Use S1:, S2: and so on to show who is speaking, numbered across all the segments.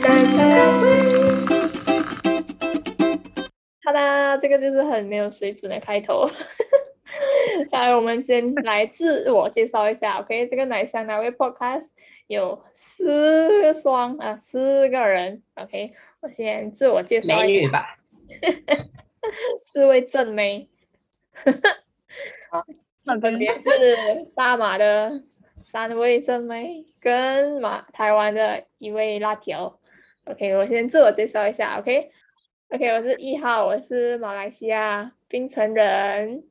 S1: 男生。好啦，这个就是很没有水准的开头。 来，我们先来自我介绍一下，OK？这个奶香奶味 Podcast 有四双啊，四个人，OK？我先自我介绍
S2: 美
S1: 一
S2: 女
S1: 下，
S2: 吧，
S1: 是位正妹，
S3: 那
S1: 分
S3: 跟
S1: 别是大马的三位正妹跟马台湾的一位辣条。OK，我先自我介绍一下，OK？OK，、我是一号，我是马来西亚槟城人。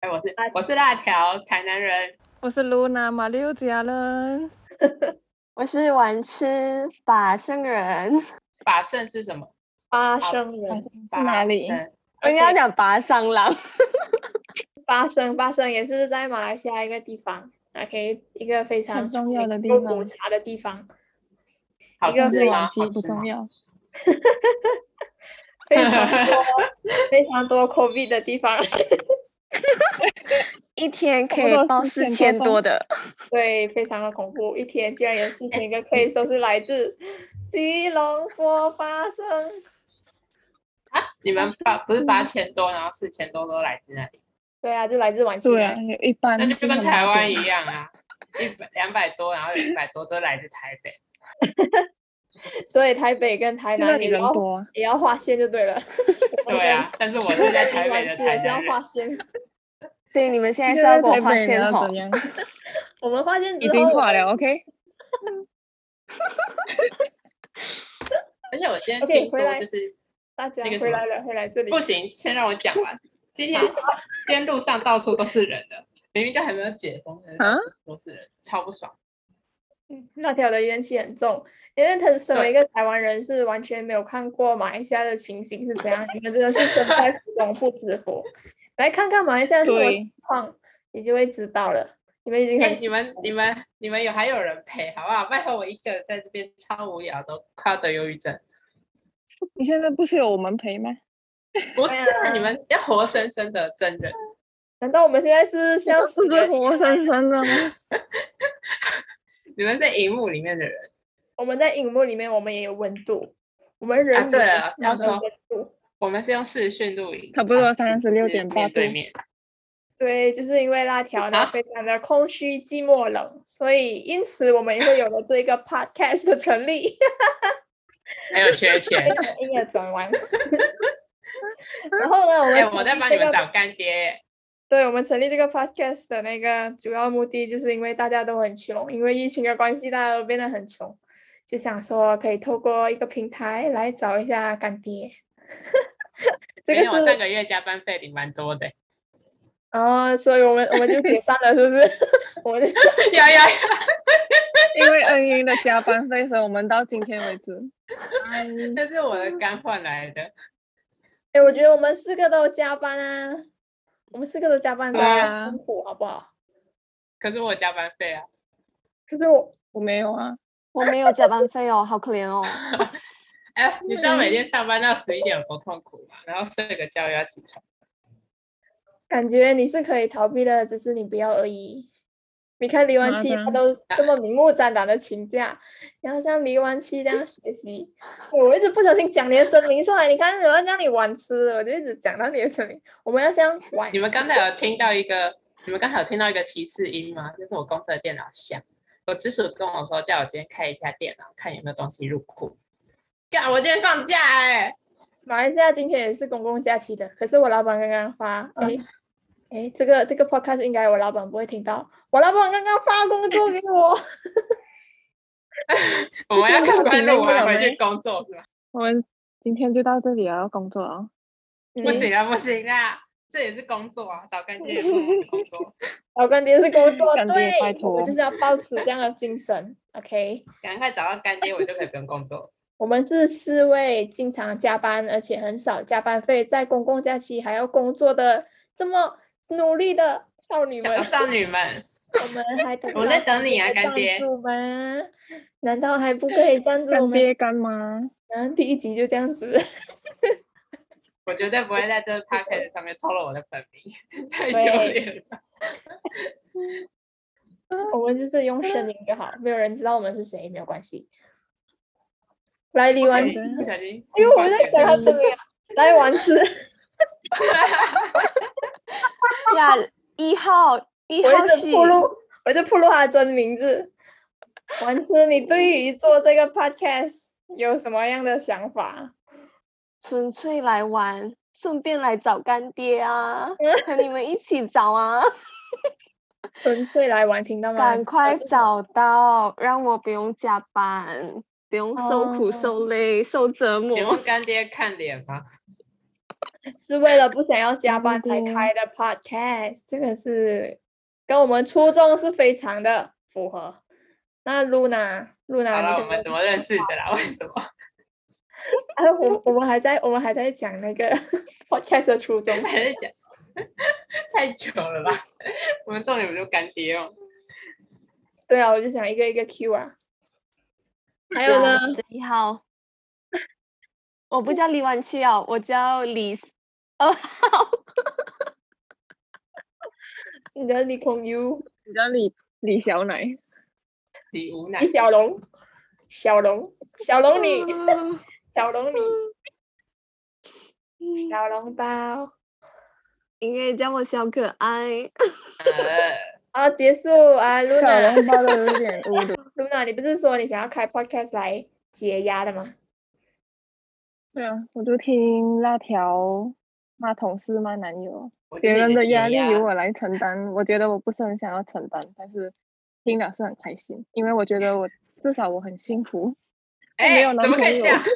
S2: 哎，我是我是辣条，台南人，
S3: 我是露娜马六甲人，
S4: 我是晚吃法生人，
S2: 法胜是什么？
S1: 发生人，
S2: 法
S4: 哪里
S2: 胜
S4: 我应该要讲拔桑郎。
S1: 巴生，巴生也是在马来西亚一个地方，OK，一个非常
S3: 很重
S1: 出
S3: 要
S1: 名
S3: 的地
S1: 做苦
S3: 方
S1: 茶的地方，
S2: 好
S1: 一个
S2: 吃
S1: 是
S2: 吗？
S3: 晚期
S2: 好
S3: 不
S2: 吃吗
S3: 重？要。
S1: 非常多非常多 COVID 的地方。
S4: 一天可
S3: 不多
S4: 以报
S3: 4000
S4: 四
S3: 多
S4: 千
S3: 宗
S4: 多的，
S1: 对，非常的恐怖，一天居然有四千
S3: 嗯
S1: 个 case 都是来自吉隆坡发生。
S2: 你们八不是八千多，然后四千多都来自那里，
S1: 对啊，就来自晚期
S3: 对啊，
S1: 人。
S3: 有一般
S2: 那就
S3: 很
S2: 跟台
S3: 麻
S2: 湾
S3: 烦
S2: 一样啊，一百两百多，然后一百多都来自台北。
S1: 所以台北跟台
S3: 就那
S1: 南
S3: 里
S1: 你
S3: 人
S1: 要
S3: 多啊，
S1: 也要划线就对 了。
S2: 对啊，但是我是在台北的
S1: 台
S2: 台
S1: 也是要
S2: 南
S1: 划
S2: 人，
S1: 线。
S4: 所以你们现在
S3: 现
S4: 是要
S3: 在
S4: 给我哦
S3: 台
S4: 画
S3: 北你
S4: 线
S3: 要
S4: 吼
S3: 怎？样？
S1: 我们划线之
S3: 已
S1: 后，
S3: 经画了，OK。
S2: 而且我今天
S1: OK，
S2: 听
S1: 回
S2: 说
S1: 来
S2: 就是
S1: 大家
S2: 那
S1: 回
S2: 个什么
S1: 来了，回来这里
S2: 不。行，先让我讲完。今天今天路上到处都是人的，明明就还没有解封，可是到
S3: 啊
S2: 处都是人，超不爽。
S1: 嗯辣条的怨气很重，因为他身为一个台湾人，是完全没有看过马来西亚的情形是怎样，你们真的是身在福中不知福。来看看马来西亚是什么
S3: 对
S1: 情况，你就会知道了。你们已经
S2: 哎、
S1: 很
S2: 你们、你们、你们有还有人陪，好不好？拜托我一个人在这边超无聊，都快要得忧郁症。
S3: 你现在不是有我们陪吗？
S2: 不是、
S1: 对
S2: 啊，
S1: 啊
S2: 你们要活生生的真人，
S1: 难道我们现在是像死
S3: 是
S1: 人？
S3: 活生生的吗？
S2: 你们在荧幕里面的人。
S1: 我们在荧幕里面，我们也有温度，我们人
S2: 啊对
S1: 也有
S2: 了要
S1: 这样的
S2: 说
S1: 温度。
S2: 我们是用视讯录影，
S3: 差不多
S2: 啊是
S3: 36.8
S2: 面对
S3: 度
S2: 面。
S1: 对，就是因为辣条呢
S2: 啊
S1: 非常的空虚、寂寞、冷，所以因此我们也会有了这一个 podcast 的成立。
S2: 还有缺钱
S1: 非。常硬的哎转弯。 然后呢，我们、
S2: 哎、我在帮你们。找干爹耶，
S1: 对，我们成立这个 podcast 的那个主要目的，就是因为大家都很穷，因为疫情的关系，大家都变得很穷，就想说可以透过一个平台来找一下干爹。 这
S2: 因
S1: 个
S2: 为我上
S1: 是
S2: 个月加班费领蛮多的。
S1: 哦，所以我们我们就解散了，是不是？ 我们就
S2: 呀呀，
S3: 因为恩英的加班费，所以我们到今天为止。
S2: 这是我的肝换来的。
S1: 哎，我觉得我们四个都有加班啊，我们四个都加班，
S2: 对
S1: 大家
S3: 啊
S1: 辛苦好不好？
S2: 可是我加班费啊，
S1: 可是我
S3: 我没有啊，
S4: 我没有加班费哦，好可怜 哦。
S2: 哎、你知道每天上班到十一点有多痛苦吗？然后睡个觉又要起床，
S1: 感觉你是可以逃避的，只是你不要而已。你看李万
S3: 好
S1: 七，他
S3: 的
S1: 都
S2: 啊
S1: 这么明目张胆的请假，你要像李万七这 样学习。对我一直不小心讲你的真名出来，你看有人叫你晚吃，我就一直讲到你的真名。我们要像晚，
S2: 你们刚才有听到一个，你们刚才有听到一个提示音吗？就是我公司的电脑响，我直属跟我说叫我今天开一下电脑，看有没有东西入库。干，我今天放假哎、
S1: 马来西亚今天也是公共假期的，可是我老板刚刚发，
S2: 嗯
S1: 哎、哎，这个这个 podcast 应该我老板不会听到，我老板刚刚发工作给我，
S2: 我们要看关注，我们
S3: 这个
S2: 回
S3: 是
S2: 去工作是吧？
S3: 我们今天就到这里了，要工作啊。
S4: 嗯
S2: 不行啊，不行啊，这也是工作啊，找干爹也是我们的工 作。
S1: 老干爹是工 作，
S3: 干爹
S1: 对
S3: 拜，
S1: 我们
S3: 托
S1: 就是要保持这样的精神，OK。
S2: 赶快找到干爹，我就可以不用工作了。
S1: 我们是四位经常加班，而且很少加班费，在公共假期还要工作的这么努力的少女们
S2: 小，少女们，
S1: 我们还等
S2: 我在等你啊，干爹。
S1: 我们难道还不可以赞助我
S3: 干
S1: 们？
S3: 爹干妈，
S1: 嗯，第一集就这样子，
S2: 我绝对不会在这个 p o c a s t 上面透露我的本名，太
S1: 对
S2: 丢脸了。
S1: 我们就是用声音就好，没有人知道我们是谁，没有关系。来，李
S2: 完
S1: 完
S2: 全
S1: 之，
S2: 不小心，
S1: 因为我在讲他 的名啊，来完之，
S4: 呀，一号一
S1: 我
S4: 号
S1: 一直
S4: 系
S1: 暴露， 我就暴露他的真名字。完之，你对于做这个 podcast 有什么样的想法？
S4: 纯粹来玩，顺便来找干爹 啊，和你们一起找 啊，
S1: 纯粹来玩，听到吗？
S4: 赶快找到，让我不用加班，不用受苦、
S1: 哦
S4: 受累、受折
S2: 请
S4: 磨
S2: 问。干爹看脸吗？
S1: 是为了不想要加班才
S4: 多
S1: 开的 podcast，这个是跟我们初衷是非常的符合。那露娜，露娜，
S2: 好了，
S1: 你
S2: 我们怎么认识的啦？为 什么？
S1: 哎，我我们还在我们还在讲那个 podcast 的初衷。
S2: 还在讲， 太久了吧？ 我们重点不就干爹哦？
S1: 对啊，我就想一个一个 Q 啊。
S2: 啊
S1: 还有呢
S4: 呀，这一号， 我不叫李婉琪哦，我叫李哦二号。
S1: 你的李孔优、
S3: 你叫李李小奶，
S2: 李无奈
S1: 李，小龙、小龙、小龙你、
S4: 嗯
S1: 小龙你、
S4: 嗯
S1: 小笼包。
S4: 应该叫我小可爱。
S2: 呃，
S1: 好，结束啊，露
S3: 小
S1: 娜，
S3: 笼包都有点侮 辱。
S1: 露娜，你不是说你想要开 podcast 来解压的吗？
S3: 对啊，我就听辣条骂同事骂男友，
S2: 我觉
S3: 别
S2: 得
S3: 人
S2: 你
S3: 的
S2: 解
S3: 压力
S2: 压
S3: 由我来承担。我觉得我不是很想要承担，但是听了是很开心，因为我觉得我至少我很幸福。没
S2: 哎、
S3: 有男
S2: 怎么可以
S3: 朋友
S2: 这 样？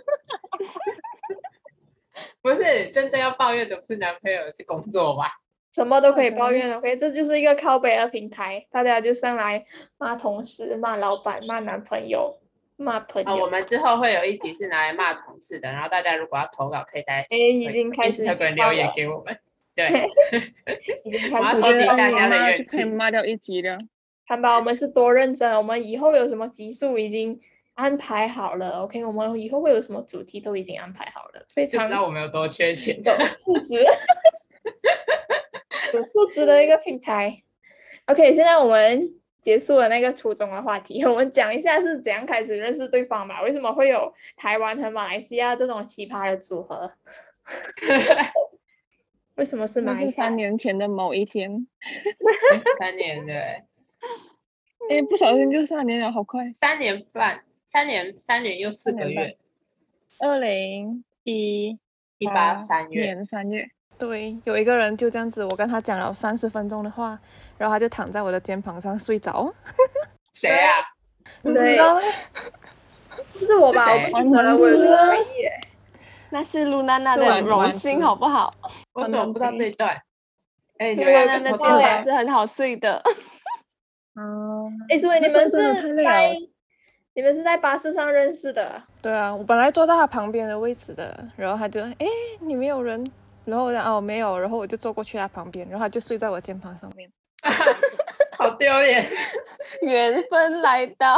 S2: 不是真正要抱怨的不是男朋友，是工作吧？
S1: 什么都可以
S3: 好
S1: 抱
S3: 的
S1: 怨的，OK，这就是一个靠北的平台，大家就上来骂同事、骂老板、骂男朋友、骂朋
S2: 啊、我
S1: 友。
S2: 们之后会有一集是拿来骂同事的，然后大家如果要投稿，可以在
S1: 哎，已经开始
S2: Instagram
S1: 爆
S2: 留言
S1: 了，
S2: 给我们。对，
S1: 已经
S2: 我要
S1: 开始
S2: 收
S1: 爆
S2: 集
S1: 了
S2: 大家的
S3: 骂
S2: 怨
S3: 就可以
S2: 气
S3: 骂掉一集了。
S1: 看吧，我们是多认真啊，我们以后有什么集数已经安排好了，OK，我们以后会有什么主题都已经安排好了，非
S2: 就
S1: 常
S2: 知道我们有多缺钱。
S1: 有素质，有素质的一个平台。OK，现在我们结束了那个初中的话题， 我们讲一下是怎样开始认识对方吧。为什么会有台湾和马来西亚这种奇葩的组合？ 为什么是马
S3: 那
S1: 来
S3: 是
S1: 西亚
S3: 三？年前的某一
S2: 嗯
S3: 天，
S2: 三年的、
S3: 哎，不小
S2: 嗯
S3: 心就三年了，好快。
S2: 三年半，三年三年又四个
S3: 三年半
S2: 月，
S3: 二零一
S2: 一八
S3: 啊
S2: 三月，
S3: 年三月，
S5: 对，有一个人就这样子，我跟他讲了三十分钟的话，然后他就躺在我的肩膀上睡着。
S2: 谁啊？
S5: 你不
S1: 对
S5: 知道吗？
S1: 就是我吧，
S2: 是
S1: 我
S2: 谁
S1: 不记得了，我有这
S5: 是
S1: 个
S5: 啊
S1: 回忆耶。
S4: 那是露娜娜
S5: 是我
S4: 的
S5: 还是
S4: 荣
S5: 丸
S4: 幸，
S5: 子
S4: 好不 好？
S2: 我怎么不知道这一段？哎，你
S4: 露
S2: 们
S4: 娜
S2: 要
S4: 娜
S2: 跟
S4: 的
S2: 偷
S4: 肩
S2: 偷
S1: 对
S4: 膀
S2: 来，
S4: 是很好睡的。
S3: 嗯，
S1: 哎，所以你
S3: 那时候
S1: 们
S3: 真的太
S1: 是
S3: 累了
S1: 在你们是在巴士上认识的，
S5: 对啊，我本来坐到他旁边的位置的，然后他就哎，你没有人，然后我讲哦没有，然后我就坐过去他旁边，然后他就睡在我肩膀上面。
S2: 好丢脸！
S4: 缘分来到，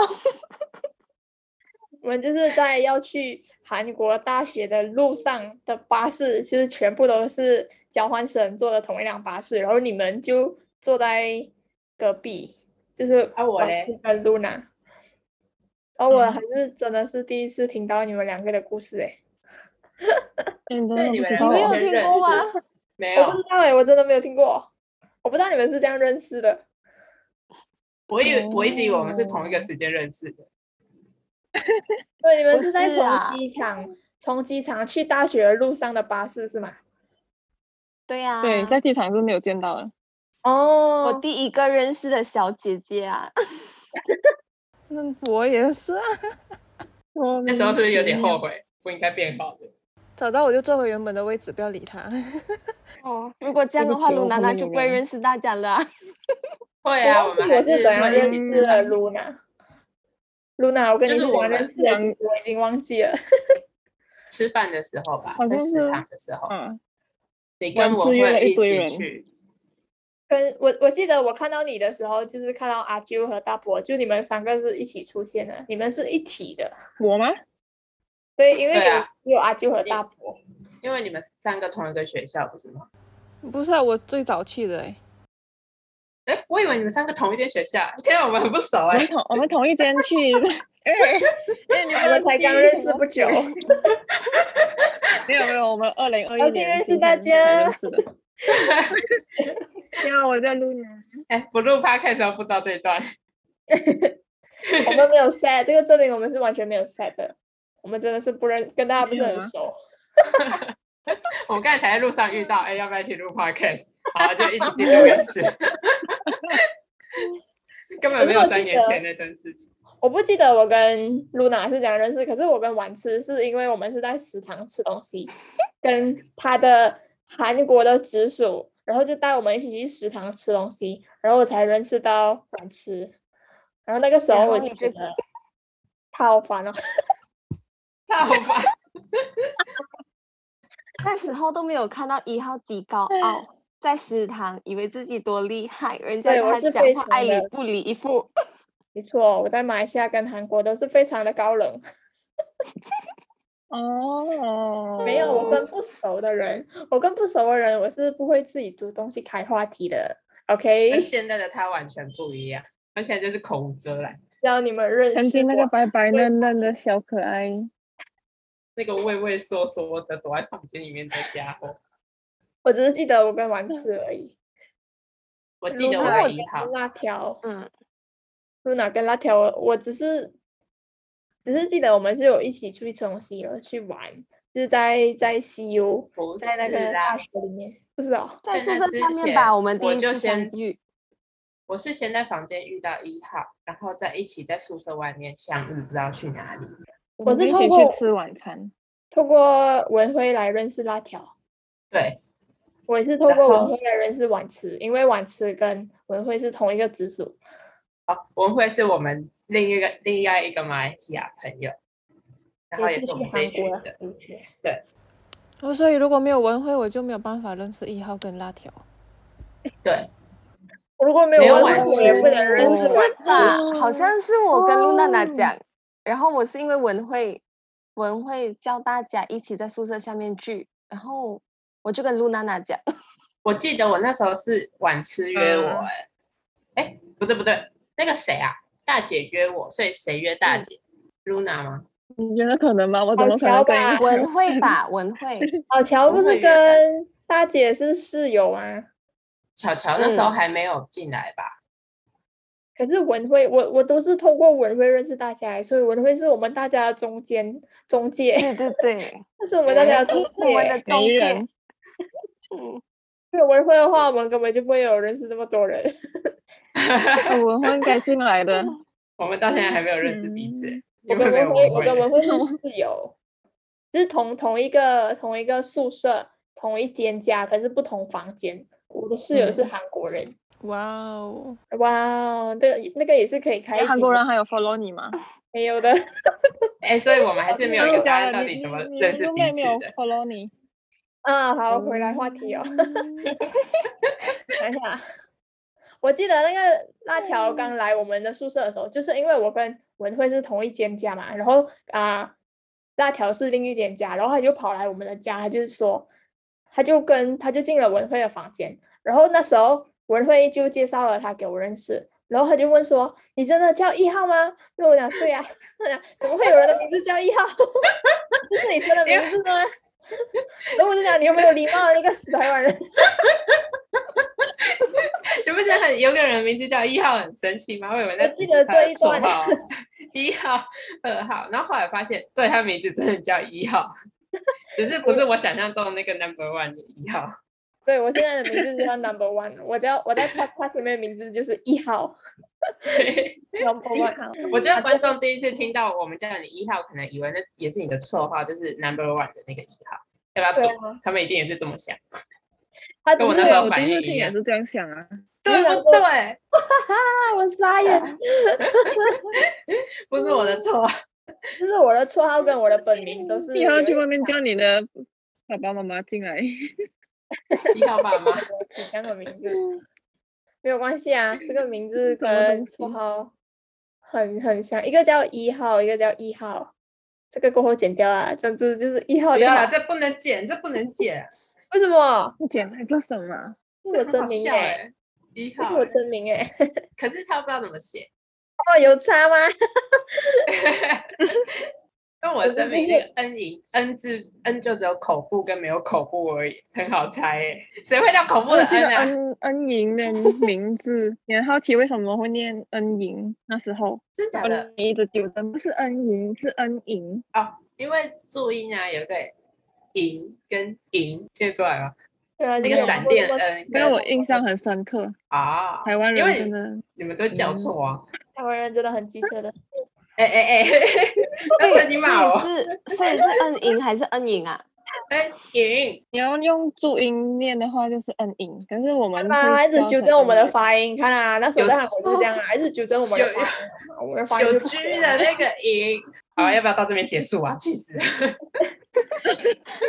S1: 我们就是在要去韩国大学的路上的巴士，就是全部都是交换生坐的同一辆巴士，然后你们就坐在隔壁，就是
S2: 啊我
S1: 老
S2: 嘞
S1: 师跟露娜。然后我还是真的是第一次听到你们两个的故事哎、
S3: 哎你真
S2: 所以
S3: 的
S2: 你
S3: 不
S2: 们
S3: 知
S2: 两
S3: 道
S2: 个先
S3: 啊
S4: 你没有听
S2: 认
S4: 过吗
S2: 识，没
S1: 我不
S2: 有，
S1: 知道哎、我真的没有听过，我不知道你们是这样认识的。
S2: 我以为我一直以为我们是同一个时间认识的，
S1: 对，你们
S4: 不
S1: 是在
S4: 是
S1: 从
S4: 啊
S1: 机场、从机场去大学的路上的巴士是吗？
S4: 对呀、
S3: 对，在机场是没有见到的。
S1: 哦
S4: 我第一个认识的小姐姐啊，
S5: 那我也是啊，
S4: 哦
S2: 那时候
S4: 嗯
S2: 是不是有点后悔，不应该变好的？
S5: 早知道我就坐回原本的位置，不要理他。
S4: 哦，如果这样
S3: 对
S4: 的
S3: 不
S4: 话，
S3: 起
S4: 露
S3: 我
S4: 娜
S3: 后
S4: 娜
S3: 面
S4: 就
S3: 有
S4: 不会
S3: 人
S4: 认识大家了 啊、
S1: 我
S2: 会啊，
S1: 忘
S2: 我
S1: 记哦
S2: 们
S1: 我
S2: 还
S1: 是怎样
S2: 会一
S1: 认
S2: 起
S1: 识
S2: 吃
S1: 的 Luna。Luna，我跟你
S2: 就
S1: 是
S2: 是
S1: 怎
S2: 我
S1: 样认
S2: 们
S1: 识的，
S3: 两
S1: 其实我已经忘记了。
S2: 吃饭的时候吧，
S3: 好
S2: 在
S3: 像
S2: 食
S3: 是
S2: 堂的时候，
S3: 嗯，
S2: 你跟
S3: 晚
S2: 我
S3: 自约了
S2: 会
S3: 一
S2: 一
S3: 堆
S2: 起
S3: 人
S2: 去，
S1: 跟我我记得我看到你的时候，就是看到阿啾和大伯，就你们三个是一起出现的，你们是一体的。
S3: 我吗？
S1: 对，因为有、
S2: 对啊
S1: 有阿啾和
S2: 你
S1: 大伯，
S2: 因为你们三个同一个学校不是吗？
S5: 欸不是啊，我最早去的哎，
S2: 哎，我以为你们三个同一间学校，天啊，我们很不熟
S3: 我
S2: 哎、
S3: 们同我们同一间 去， 哎，哎，你
S1: 我们才刚认识不 久，
S3: 没有没有，我们二零二一
S1: OK，
S3: 年
S1: 认识
S3: 今
S1: 大
S3: 年才认
S1: 家
S3: 识的。没有，我在录呢。
S2: 哎，不录 podcast 都不知道这一段。
S1: 我们没有 set，这个证明我们是完全没有 set 的，我们真的是不认，跟大家不是
S3: 没有
S1: 很
S3: 吗
S1: 熟。
S2: 我们刚才才在路上遇到，哎，要不要一起录 podcast？好，就一起进录音室。 根本没有三年前那段事情。
S1: 我不记得我跟露娜是怎样认识，可是我跟婉吃是因为我们是在食堂吃东西，跟他的韩国的直属，然后就带我们一起去食堂吃东西，然后我才认识到婉吃。然后那个时候
S4: 然
S1: 我
S4: 后
S1: 就
S4: 你
S1: 觉
S4: 就
S1: 得他好烦哦，
S2: 那我吧，
S4: 那时候都没有看到一号极高傲，在食堂以为自己多厉害，人家
S1: 对我
S4: 他
S1: 是
S4: 讲
S1: 非
S4: 话
S1: 常
S4: 爱理
S1: 的
S4: 不理，一副
S1: 没错，我在马来西亚跟韩国都是非常的高冷，
S3: 哦，
S1: 没有我跟不熟的人，我跟不熟的人我是不会自己主动去开话题的。OK，
S2: 跟现在的他完全不一样，而且就是口无遮拦，
S1: 让你们认
S3: 曾
S1: 识
S3: 经那
S1: 我
S3: 个。白白嫩嫩的小可爱，
S2: 那个畏畏缩缩的躲在房间里面的家伙。
S1: 我只是记得我跟婉吃而已。
S2: 我记得
S1: 如
S2: 我
S1: 果
S2: 的
S1: 跟
S2: 一号，
S1: 辣条，
S4: 嗯，
S1: 露娜跟辣条，我我只是只是记得我们是有一起出去吃东西，然后去玩，就是在在 CU，
S2: 不是
S1: 在那个大
S2: 啦，
S1: 学里面，不知道
S2: 在
S4: 在宿
S2: 那
S4: 舍
S2: 之
S4: 上面
S2: 前
S4: 吧，我们第
S2: 我
S4: 一
S2: 就
S4: 次相
S2: 先
S4: 遇，
S2: 我是先在房间遇到一号，然后再一起在宿舍外面相遇，不知道去哪里。
S1: 我
S3: 我们
S1: 是
S3: 一
S1: 透
S3: 起
S1: 过
S3: 去吃晚餐。
S1: 透过文辉来认识辣条，
S2: 对，
S1: 我也是透
S2: 然
S1: 过文
S2: 后
S1: 辉来认识婉慈，因为婉慈跟文辉是同一个直属，
S2: 好，文慧是我们另一个另外一个马来西亚朋友，然后也
S1: 是
S2: 是
S1: 去
S2: 我们这一
S1: 韩
S2: 群
S1: 国
S2: 的。
S3: 啊嗯
S1: 同学。
S5: 我所以如果没有文慧，我就没有办法认识一号跟辣条。
S2: 对，
S1: 我如果没
S2: 没有
S1: 有
S2: 婉
S1: 文辉，我也
S2: 慈
S1: 不能认
S4: 不
S1: 识
S4: 哦是
S1: 婉慈。
S4: 吧？好像是我跟露娜娜
S3: 哦
S4: 讲，然后我是因为文慧，文慧叫大家一起在宿舍下面聚，然后我就跟露娜娜讲，
S3: 啊
S2: 我记得我那时候是晚吃约我、
S3: 嗯
S2: 欸，哎、不对不对，那个谁啊，大姐约我，所以谁约大姐、l
S3: 嗯
S2: u n a 吗？
S3: 你觉得可能吗？我怎
S1: 好
S3: 么可能
S1: 巧
S3: 跟
S1: 吧
S3: 一个
S4: 文慧吧，文 慧，
S1: 小乔
S2: 不
S1: 不是
S2: 会原来
S1: 跟大姐是室友啊？
S2: 巧巧那时候还没有进来吧？
S1: 可是文辉，我我都是透过文辉认识大家欸，所以文辉是我们大家的中间中介，
S4: 对对 对，
S1: 他是我们大家的中
S4: 我们的
S1: 介。
S4: 中
S3: 没
S4: 介
S3: 人，
S4: 嗯，
S1: 没有文辉的话，我们根本就不会有认识这么多人。
S3: 哎文慧该进来的，
S2: 我们到现在还没有认识彼此、
S3: 嗯
S1: 我
S2: 因为
S1: 跟
S2: 没有
S1: 文辉，
S2: 文
S1: 我跟
S2: 慧。
S1: 文辉是室友，就是同同一个同一个宿舍、同一间家，可是不同房间。我的室友是韩国人，
S5: 哇哦，
S1: 哇、哦，对，那个也是可以开一
S3: 韩
S1: 集
S3: 国人还有 follow 你吗？
S1: 没有的。
S2: 哎、所以我们还是没有一
S3: 你
S2: 个答
S3: 讲
S2: 案，
S3: 了
S2: 到
S3: 你
S2: 底怎么
S3: 你你
S2: 认识
S3: 你
S2: 彼
S3: 妹
S2: 此
S3: 没有
S2: 的。
S3: follow 你？
S1: 嗯，好，回来话题哦。
S4: 嗯
S1: 想一下，我记得那个辣条刚来我们的宿舍的时候，就是因为我跟文慧是同一间家嘛，然后啊、辣条是另一间家，然后他就跑来我们的家，他就是说，他就跟他就进了文慧的房间，然后那时候文慧就介绍了他给我认识，然后他就问说：“你真的叫一号吗？”然后我讲：“对呀、他讲怎么会有人的名字叫一号？ 这是你真的名字吗？” 然后我就讲：“你有没有礼貌？啊你个死台湾人！”
S2: 你不觉得很有个人名字叫一号很神奇吗？我以为那
S1: 我
S2: 只
S1: 记
S2: 是
S1: 得
S2: 他
S1: 这
S2: 的
S1: 一
S2: 绰
S1: 段
S2: 号 一号、二号，然后后来发现，对他名字真的叫一号， 只是不是我想象中那个 number one 的一号。
S1: 对我现在的名字就叫 Number One，我只要我在 Podcast 里面的名字就是一号 Number
S3: 哎
S1: One。
S2: 我觉得观众第一次听到我们叫你一号，可能以为那也是你的绰号，就是 number one 的那个一号，要不
S1: 对
S2: 要
S1: 啊
S2: 赌？他们一定也是这么想，
S1: 他只
S2: 跟我
S1: 是
S2: 那时候
S3: 我第
S2: 反
S3: 一
S2: 应
S3: 次
S2: 一
S3: 听也
S2: 样，
S3: 是这样想啊。
S1: 我
S2: 对
S1: 想
S2: 不
S1: 过
S2: 对？
S1: 啊，我傻眼，
S2: 不是我的错，
S1: 就是我的绰号跟我的本名都是
S3: 以后
S1: 有
S3: 去
S1: 点
S3: 外面叫你的爸爸妈妈进来。
S2: 一号 爸妈。
S1: 很像的名字，没有关系啊，这个名字
S3: 什么
S1: 跟
S3: 东
S1: 绰
S3: 西
S1: 号很很像，一个叫一号，一个叫一号。这个过后剪掉啊，总之就是一号
S2: 不
S1: 掉
S2: 要啊啦，
S1: 了。
S2: 这不能剪，这不能剪，
S1: 为什么？
S3: 你剪来做什么？
S1: 是我
S2: 很
S1: 真
S2: 好
S1: 名
S2: 笑
S1: 哎、
S2: 哎。一
S1: 这
S2: 号
S1: 是我，真名哎、
S2: 可是他不知道怎么写。
S1: 哦，有差吗？
S2: 跟我
S1: 我
S2: 真
S1: 是
S2: 名
S1: 那
S2: 那个 N 音 N 字 N 就只有口部跟没有口部而已，很好猜诶、谁会叫口部
S3: 我
S2: 的
S3: 记
S1: 哎
S3: 得
S2: N 啊？
S3: 恩恩莹的名字，也很好奇为什么会念恩莹。那时候
S2: 真假
S3: 我
S2: 的
S3: 一直纠正，不是恩莹，是恩莹。
S2: 哦，因为注音啊有一个银跟银听得出来吗？
S1: 对啊，
S2: 那
S1: 你
S2: 个
S1: 有
S2: 闪
S1: 问
S2: 电呃
S1: 过
S2: N，
S3: 因为我印象很深刻，
S2: 啊，
S3: 台湾
S2: 因
S3: 人
S2: 为
S3: 真的
S2: 你们都叫错 啊！
S1: 台湾人真的很机车的，
S2: 哎哎哎，要
S4: 所
S2: 趁
S4: 以
S2: 你骂我！
S4: 是所以是摁赢还是摁赢啊？
S2: 哎，银
S3: 你要用注音念的话，就是嗯音。可是我们
S1: 妈啊妈一直纠正我们的发音，看啊，那时候
S2: 有
S1: 在韩国就是这样 啊，一直纠正我们的
S2: 有
S1: 发音啊，我们的发音
S2: 有
S1: 就不
S2: G
S1: 对
S2: 的那个 银。好，要不要到这边结束啊？气死了！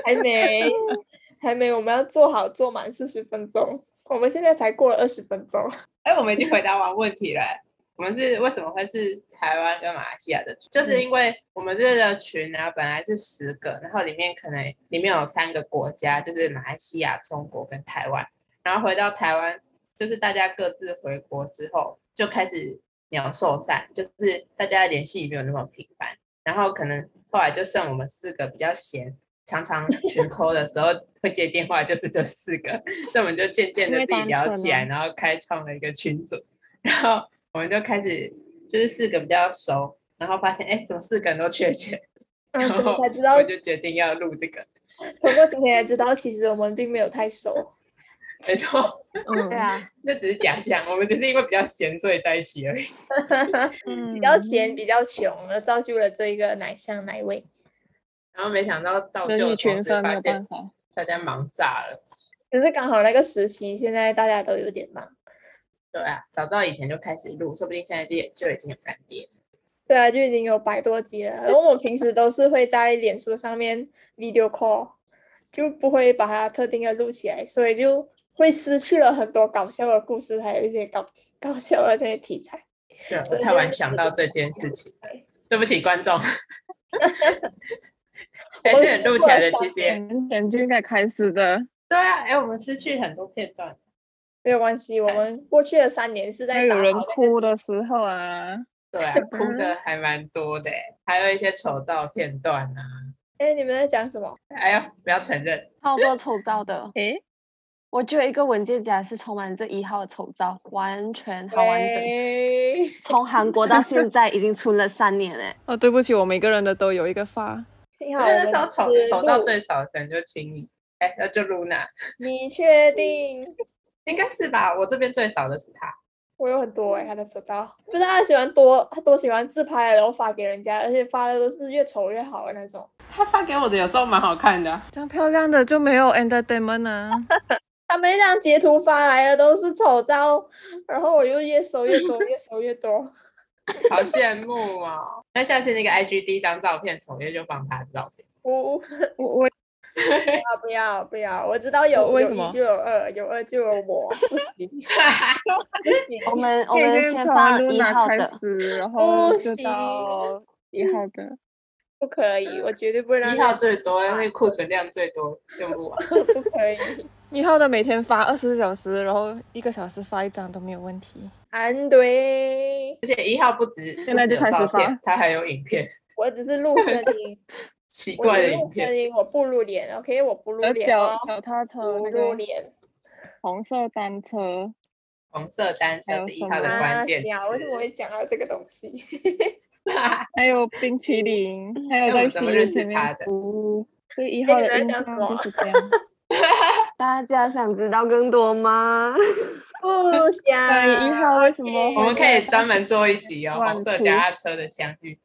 S1: 还没， 还没，我们要做好做满四十分钟，我们现在才过了二十分 钟。
S2: 哎，我们已经回答完问题了。欸我们是为什么会是台湾跟马来西亚的？就是因为我们这个群呢、本来是十个，然后里面可能里面有三个国家，就是马来西亚、中国跟台湾。然后回到台湾，就是大家各自回国之后，就开始鸟兽散，就是大家的联系没有那么频繁。然后可能后来就剩我们四个比较闲，常常 群 call 的时候会接电话，就是这四个。所以我们就渐渐
S3: 因
S2: 的
S3: 为
S2: 自己
S3: 单
S2: 聊
S3: 纯啊
S2: 起来，然后开创了一个群组，然后我们就开始就是四个比较熟，然后发现哎，怎么四个人都缺钱，
S1: 嗯，
S2: 然
S1: 怎么
S2: 后
S1: 才知道
S2: 哦我？就决定要录这个，
S1: 通过今天才知道，其实我们并没有太 熟。
S2: 没错，
S3: 嗯
S4: 对啊，
S2: 那只是假象，我们只是因为比较闲所以在一起而已。
S1: 比
S2: 嗯
S1: 较闲，比较穷，而造就了这一个奶香奶味。
S2: 然后没想到造
S3: 人
S2: 就
S3: 以
S2: 的同
S3: 群
S2: 时
S3: 分，
S2: 发
S3: 没有办
S2: 现
S3: 法。
S2: 大家忙炸了，
S1: 只是刚好那个时期，现在大家都有点忙。
S2: 对啊，早到以前就开始录，说不定现在就就已经有干爹。
S1: 对啊，就已经有百多集了。然后我平时都是会在脸书上面 video call，就不会把它特定的录起来，所以就会失去了很多搞笑的故事，还有一些搞搞笑的那些题材。
S2: 对，
S1: 所
S2: 我
S1: 以
S2: 太
S1: 就
S2: 晚
S1: 是
S2: 想
S1: 这
S2: 到
S1: 个
S2: 这件事情了，对不起观众。哎、
S1: 我已
S2: 这点
S1: 经
S2: 录
S1: 过
S2: 起来
S1: 了
S2: 的
S1: 三
S2: 其实也
S3: 两年就应该开始的，
S2: 对啊，哎、我们失去很多片段，
S1: 没有关系，我们过去的三年是
S3: 要
S1: 在打
S3: 有人
S1: 好那个
S3: 哭的时候啊，
S2: 对啊，哭的还蛮多的、欸还有一些丑照片段呢、
S1: 哎，你们在讲什么？
S2: 哎呀，不要承认，
S4: 超多丑照的。
S3: 诶，
S4: 我只有一个文件夹是充满这一号的丑照，完全好完整。
S1: 喂
S4: 从韩国到现在已经存了三年嘞，
S5: 哦，对不起，我每个人的都有一个发。
S1: 幸
S2: 因
S1: 好
S2: 为
S1: 我
S2: 那
S1: 们
S2: 时候丑
S1: 只
S2: 丑到
S1: 录
S2: 最少的可能就亲你，哎、那就露娜，
S1: 你确定？
S2: 应该是吧？我这边最少的是他，
S1: 我有很多哎、他的手照，不知道他喜欢多，他多喜欢自拍，然后发给人家，而且发的都是越丑越好的那种。
S2: 他发给我的有时候蛮好看的、
S5: 这样漂亮的就没有 entertainment 啊！
S1: 他们一张截图发来的都是丑照，然后我又越收越多，越收越多。
S2: 好羡慕哦。那下次那个 IG 第一张照片，首页就放他的照片。
S1: 我
S3: 我我
S1: 不要不要不要，我知道有
S5: 为
S1: 有
S5: 什么
S1: 一就有二，有二就有我，不 行不行，
S4: 我们我
S3: 我
S4: 们先放一号
S3: 开
S4: 的，
S3: 始，然后
S2: 哦
S1: 不
S3: 就
S1: 行，
S3: 到一号
S5: 哦
S3: 的，
S1: 不可以，我绝对不会让
S2: 一
S1: 他，
S2: 号最多，那个库存量最多，用不完。
S1: 不可以。
S5: 一号的每天发二十四小时，然后一个小时发一张都没有问题。
S1: 安对，
S2: 而且一号不止，
S3: 现在就开
S2: 不
S3: 始
S2: 止有照片
S3: 发
S2: 它还有影片，
S1: 我只是录 声音，
S2: 奇
S1: 我
S2: 怪
S1: 只
S2: 的
S1: 录
S2: 影片。呃
S1: 声音，我不录脸，OK，我不录
S3: 有
S1: 脸哦
S3: 脚。脚踏车
S1: 不
S3: 那
S1: 露
S3: 个
S1: 脸，
S3: 红色单车，
S2: 红色单
S3: 还
S2: 车
S3: 有
S2: 是一
S3: 什
S2: 号的
S3: 么
S2: 关键词。
S1: 啊，为什么会讲到这个东 西？
S3: 还有冰淇
S4: 嗯
S3: 淋，还
S2: 哎
S3: 有
S2: 我
S3: 在
S2: 怎
S3: 西
S2: 么
S3: 月
S2: 认识
S3: 前
S2: 他
S3: 面
S2: 的
S3: 服，所以一
S1: 哎
S3: 号
S1: 你
S3: 的
S1: 们
S3: 印
S1: 在讲什
S3: 象
S1: 么
S3: 就是这样。
S4: 大家想知道更多吗？
S1: 不
S3: 那
S1: 想
S3: 一号为什么
S2: 我
S1: 哎
S2: 们可以专门做一集哦，
S3: 万
S2: 红色
S3: 福
S2: 脚踏车的相遇。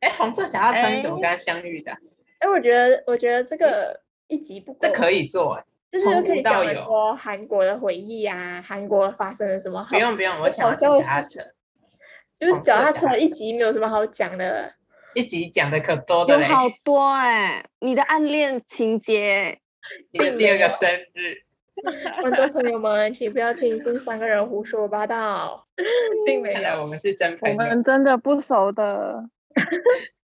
S2: 哎，红色脚踏车你怎么跟他相遇的啊？
S1: 哎，我觉得，我觉得这个一集不够，
S2: 这可以做哎，
S1: 就是
S2: 从
S1: 可
S2: 无
S1: 以
S2: 到
S1: 讲很
S2: 有
S1: 多韩国的回忆啊，韩国发生了什么
S2: 不
S1: 好，
S2: 用不啊用，我想要
S1: 好像
S2: 骑脚踏车。
S1: 就是
S2: 黄色
S1: 脚踏
S2: 脚踏
S1: 车一集没有什么好讲的。
S2: 一集讲的可多的
S4: 有
S2: 嘞，
S4: 好多哎、你的暗恋情节，
S2: 你的第二个生日，
S1: 观众朋友们，请不要听这三个人胡说八道， 并没
S2: 看来
S1: 有。
S2: 啊我们是真
S3: 我
S2: 朋友。
S3: 们真的不熟的，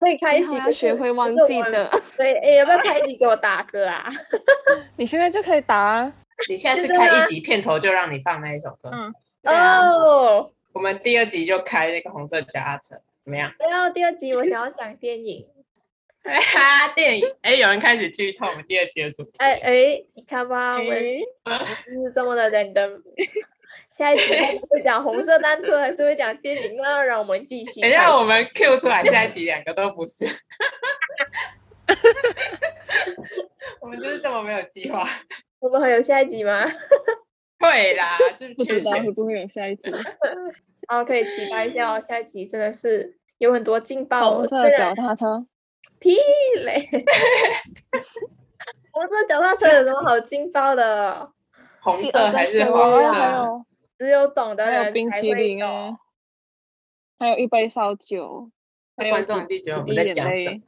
S1: 可以开
S4: 一
S1: 一
S4: 号
S2: 啊
S1: 集，
S4: 要学会忘记。的。
S1: 对，哎，要不要开一集给我打歌 啊？
S5: 你现在就可以打啊，
S2: 你下次
S1: 真的
S2: 开
S1: 吗
S2: 一集片头就让你放那一首歌，
S3: 嗯
S4: 对啊
S1: 哦，
S2: 我们第二集就开那个红色脚踏车，怎么样？
S1: 然后第二集我想要讲电影，
S2: 哈，电影，哎，有人开始剧透我们第二集的主题。
S1: 哎哎，你看吧，我们
S4: 嗯
S3: 诶
S1: 就是这么的 random。下一集会讲红色单车，还是会讲电影呢？让我们继续
S2: 等
S1: 看。
S2: 一下，我们 Q 出来下一集两个都不 是，我们就是这么没有计划。
S1: 我们还有下一集吗？
S2: 会啦，就是
S3: 不
S2: 缺
S3: 知道
S2: 钱
S3: 会。不会有下一集？
S1: 然后可以期待一下哦，下一集真的是有很多劲爆
S3: 红
S1: 哦，虽
S3: 色脚
S1: 然
S3: 踏车，
S1: 屁嘞，红色脚踏车有什么好劲爆的？
S2: 红色还 是
S3: 有
S2: 黄
S3: 啊，还
S2: 色？
S3: 有
S1: 只有懂的
S3: 还
S1: 人
S3: 有冰
S1: 才
S3: 淇
S1: 会
S3: 淋啊
S1: 懂。，
S3: 还有一杯烧酒，还有
S2: 观众一定觉得我们
S3: 一
S2: 在
S3: 滴眼
S2: 讲什么
S3: 泪。。
S1: 对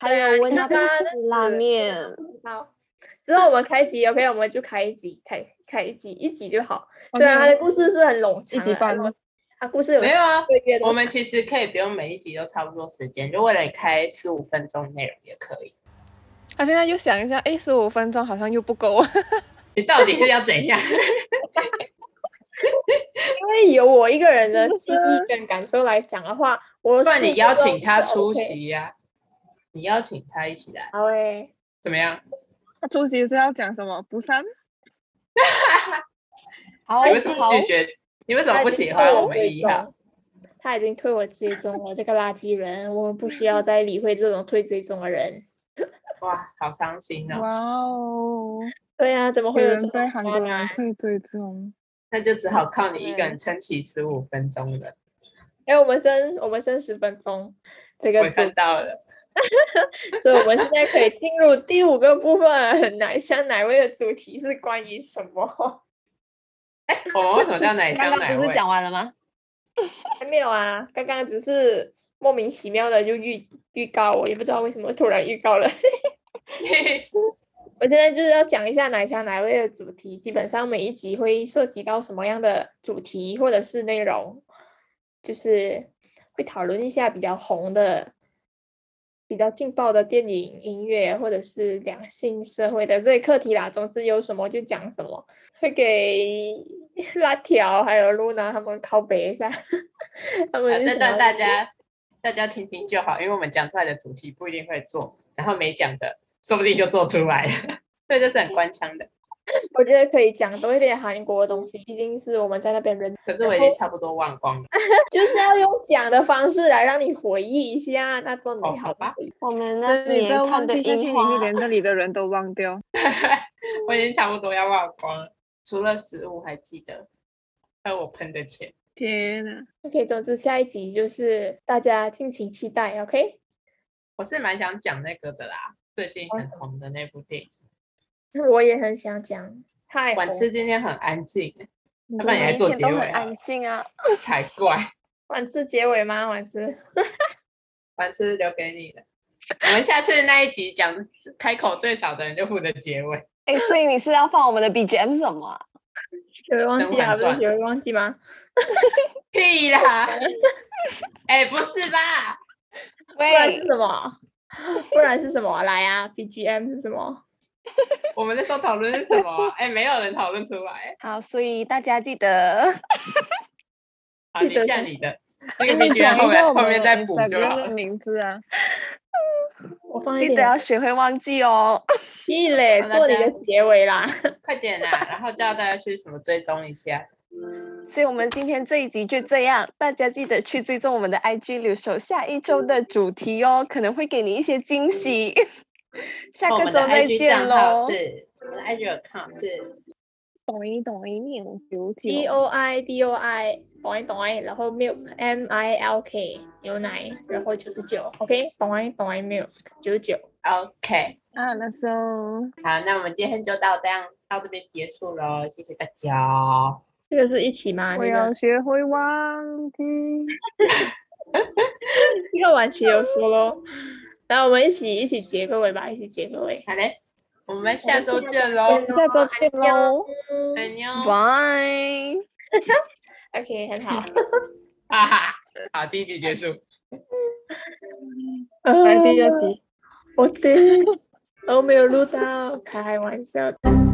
S4: 还
S1: 啊
S4: 有
S1: 你
S4: 温
S1: 看
S4: 布
S1: 吧
S4: 斯拉
S1: 是
S4: 面，
S1: 好，之后我们开集 OK，我们就开一集，开开一集，一集就好。
S3: 哦
S1: 虽然它的故事是很冗长啊，
S3: 集半
S1: 然
S3: 吗
S1: 后它故事有
S2: 没有啊
S1: 四个月多
S2: 我们其实可以不用每一集都差不多时间，就为了开十五分钟内容也可以。
S5: 他现在又想一下，哎，十五分钟好像又不够啊。
S2: 你到底是要怎 样？
S1: 因 为有我一个人的记忆跟感受来讲的话，我
S2: 不然
S1: 四
S2: 你
S1: 个
S2: 邀
S1: 都
S2: 请他
S1: 是
S2: 出
S1: OK
S2: 席呀、你邀请他一起来，
S1: 好诶，
S2: 怎么样？
S3: 他出席是要讲什么？釜山？
S4: 好
S2: 你为什么
S4: 好
S2: 拒绝？你为什么不喜欢我们一号？
S1: 他已经退我追踪了，这个垃圾人，我们不需要再理会这种退追踪的人。
S2: 哇，好伤心哦！
S3: 哇哦，
S1: 对啊，怎么会
S3: 有
S1: 有这种
S3: 人在韩国
S1: 渣
S3: 人
S1: 男？
S3: 退追踪。
S2: 那就只好靠你一个人撑起十五分钟了。
S1: 哎、我们剩我们剩十分钟，这
S2: 我
S1: 个组
S2: 看到了，
S1: 所以我们现在可以进入第五个部分，哪像哪位的主题是关于什么？
S2: 我们为什么叫奶香
S4: 刚
S2: 奶
S4: 刚不是
S2: 味？
S4: 讲完了吗？
S1: 还没有啊，刚刚只是莫名其妙的就预预告我，也不知道为什么突然预告了。我现在就是要讲一下哪香哪位的主题，基本上每一集会涉及到什么样的主题或者是内容，就是会讨论一下比较红的、比较劲爆的电影、音乐或者是两性社会的这些课题啦。总之有什么就讲什么，会给 辣条还有露娜他们拷贝一下， 他
S2: 反
S1: 们是
S2: 正
S1: 什
S2: 让
S1: 么
S2: 大家大家听听就好，因为我们讲出来的主题不一定会做，然后没讲的说不定就做出来了。对，这是很官腔的。
S1: 我觉得可以讲多一点韩国的东西，毕竟是我们在那边人
S2: 可是我已经差不多忘光了。
S1: 就是要用讲的方式来让你回忆一下那段
S2: 哦
S1: 美
S2: 好
S1: 好的
S2: 吧
S1: 回忆。
S4: 我们那
S3: 那你再
S4: 年看
S3: 忘
S4: 的
S3: 记下去，
S4: 樱
S3: 你
S4: 花，
S3: 会连这里的人都忘掉。
S2: 我已经差不多要忘光了，除了食物还记得，还有我喷的钱。
S3: 天呐，
S1: OK，总之下一集就是大家敬请期待。OK，
S2: 我是蛮想讲那个的啦，最近很红的那部电影。
S1: 我也很想讲，太
S2: 晚
S1: 红
S2: 吃今天很安静， 要
S4: 我
S2: 不然你来
S4: 们以
S2: 做
S4: 前
S2: 结
S4: 都
S2: 尾
S4: 很
S2: 好
S4: 安
S2: 了
S4: 静啊。
S2: 才怪。
S1: 晚吃结尾吗？晚吃，
S2: 晚吃留给你了。我们下次那一集讲开口最少的人就负责结尾。
S4: 哎，所以你是要放我们的 BGM 是什么 啊？
S1: 有人忘
S2: 甄
S1: 记啊？不
S2: 嬛
S1: 是
S2: 传
S1: 有人忘记吗？
S2: 屁啦！ 哎、不是吧？
S1: 不然是
S4: 喂，
S1: 什么？不然是什么？来啊，BGM 是什么？
S2: 我们那时候讨论是什么啊、哎、没有人讨论出来。
S4: 好，所以大家记得
S2: 好，
S1: 记
S2: 你
S1: 得
S2: 下你的那个
S3: 跟你
S2: B G
S3: 讲
S2: M 后
S3: 一下
S2: 面
S3: 我
S2: 后
S3: 们
S2: 面再补就
S3: Instagram
S2: 好
S3: 的
S2: 了。
S3: 名字啊。
S1: 我放一
S4: 记得要
S1: 点
S4: 学会忘记哦。
S1: 屁嘞，
S2: 让大
S1: 做你
S2: 家
S1: 的结尾啦。
S2: 快点啦，然后叫大家去什么追踪一下。
S4: 所以我们今天这一集就这样，大家记得去追踪我们的 IG，留守下一周的主题哦，可能会给你一些惊喜。下
S2: 哦我
S4: 个
S2: 们
S4: 周
S2: 的
S4: 再
S2: IG
S4: 见
S2: 账号
S4: 喽，
S2: 是，我们的 IG account 是。
S3: 懂一懂一念九
S1: D
S3: 九，
S1: O I D O I 懂爱懂爱，然后 milk M I L K 牛奶，然后九十九，OK 懂爱懂爱 milk 九十九，
S2: OK，
S3: 啊，那时候。
S2: 好，那我们今天就到这样，到这边结束喽，谢谢大家。哦
S1: 这个是一起吗？
S3: 我
S1: 这
S3: 要
S1: 个
S3: 学会忘记。
S1: 这个晚期有说喽，来我们一起一起结个尾吧，一起结个尾，
S2: 好嘞，我们下周见
S1: 我
S2: 喽
S1: 们，
S3: 下周见
S2: 哎
S3: 喽，
S1: 嗯
S2: 安妞，
S4: 拜。
S1: ，OK 很 好，
S2: 哈啊哈，好，第一集结束，
S3: 来第二集。
S1: 啊 我的，我没有录到，开玩笑的。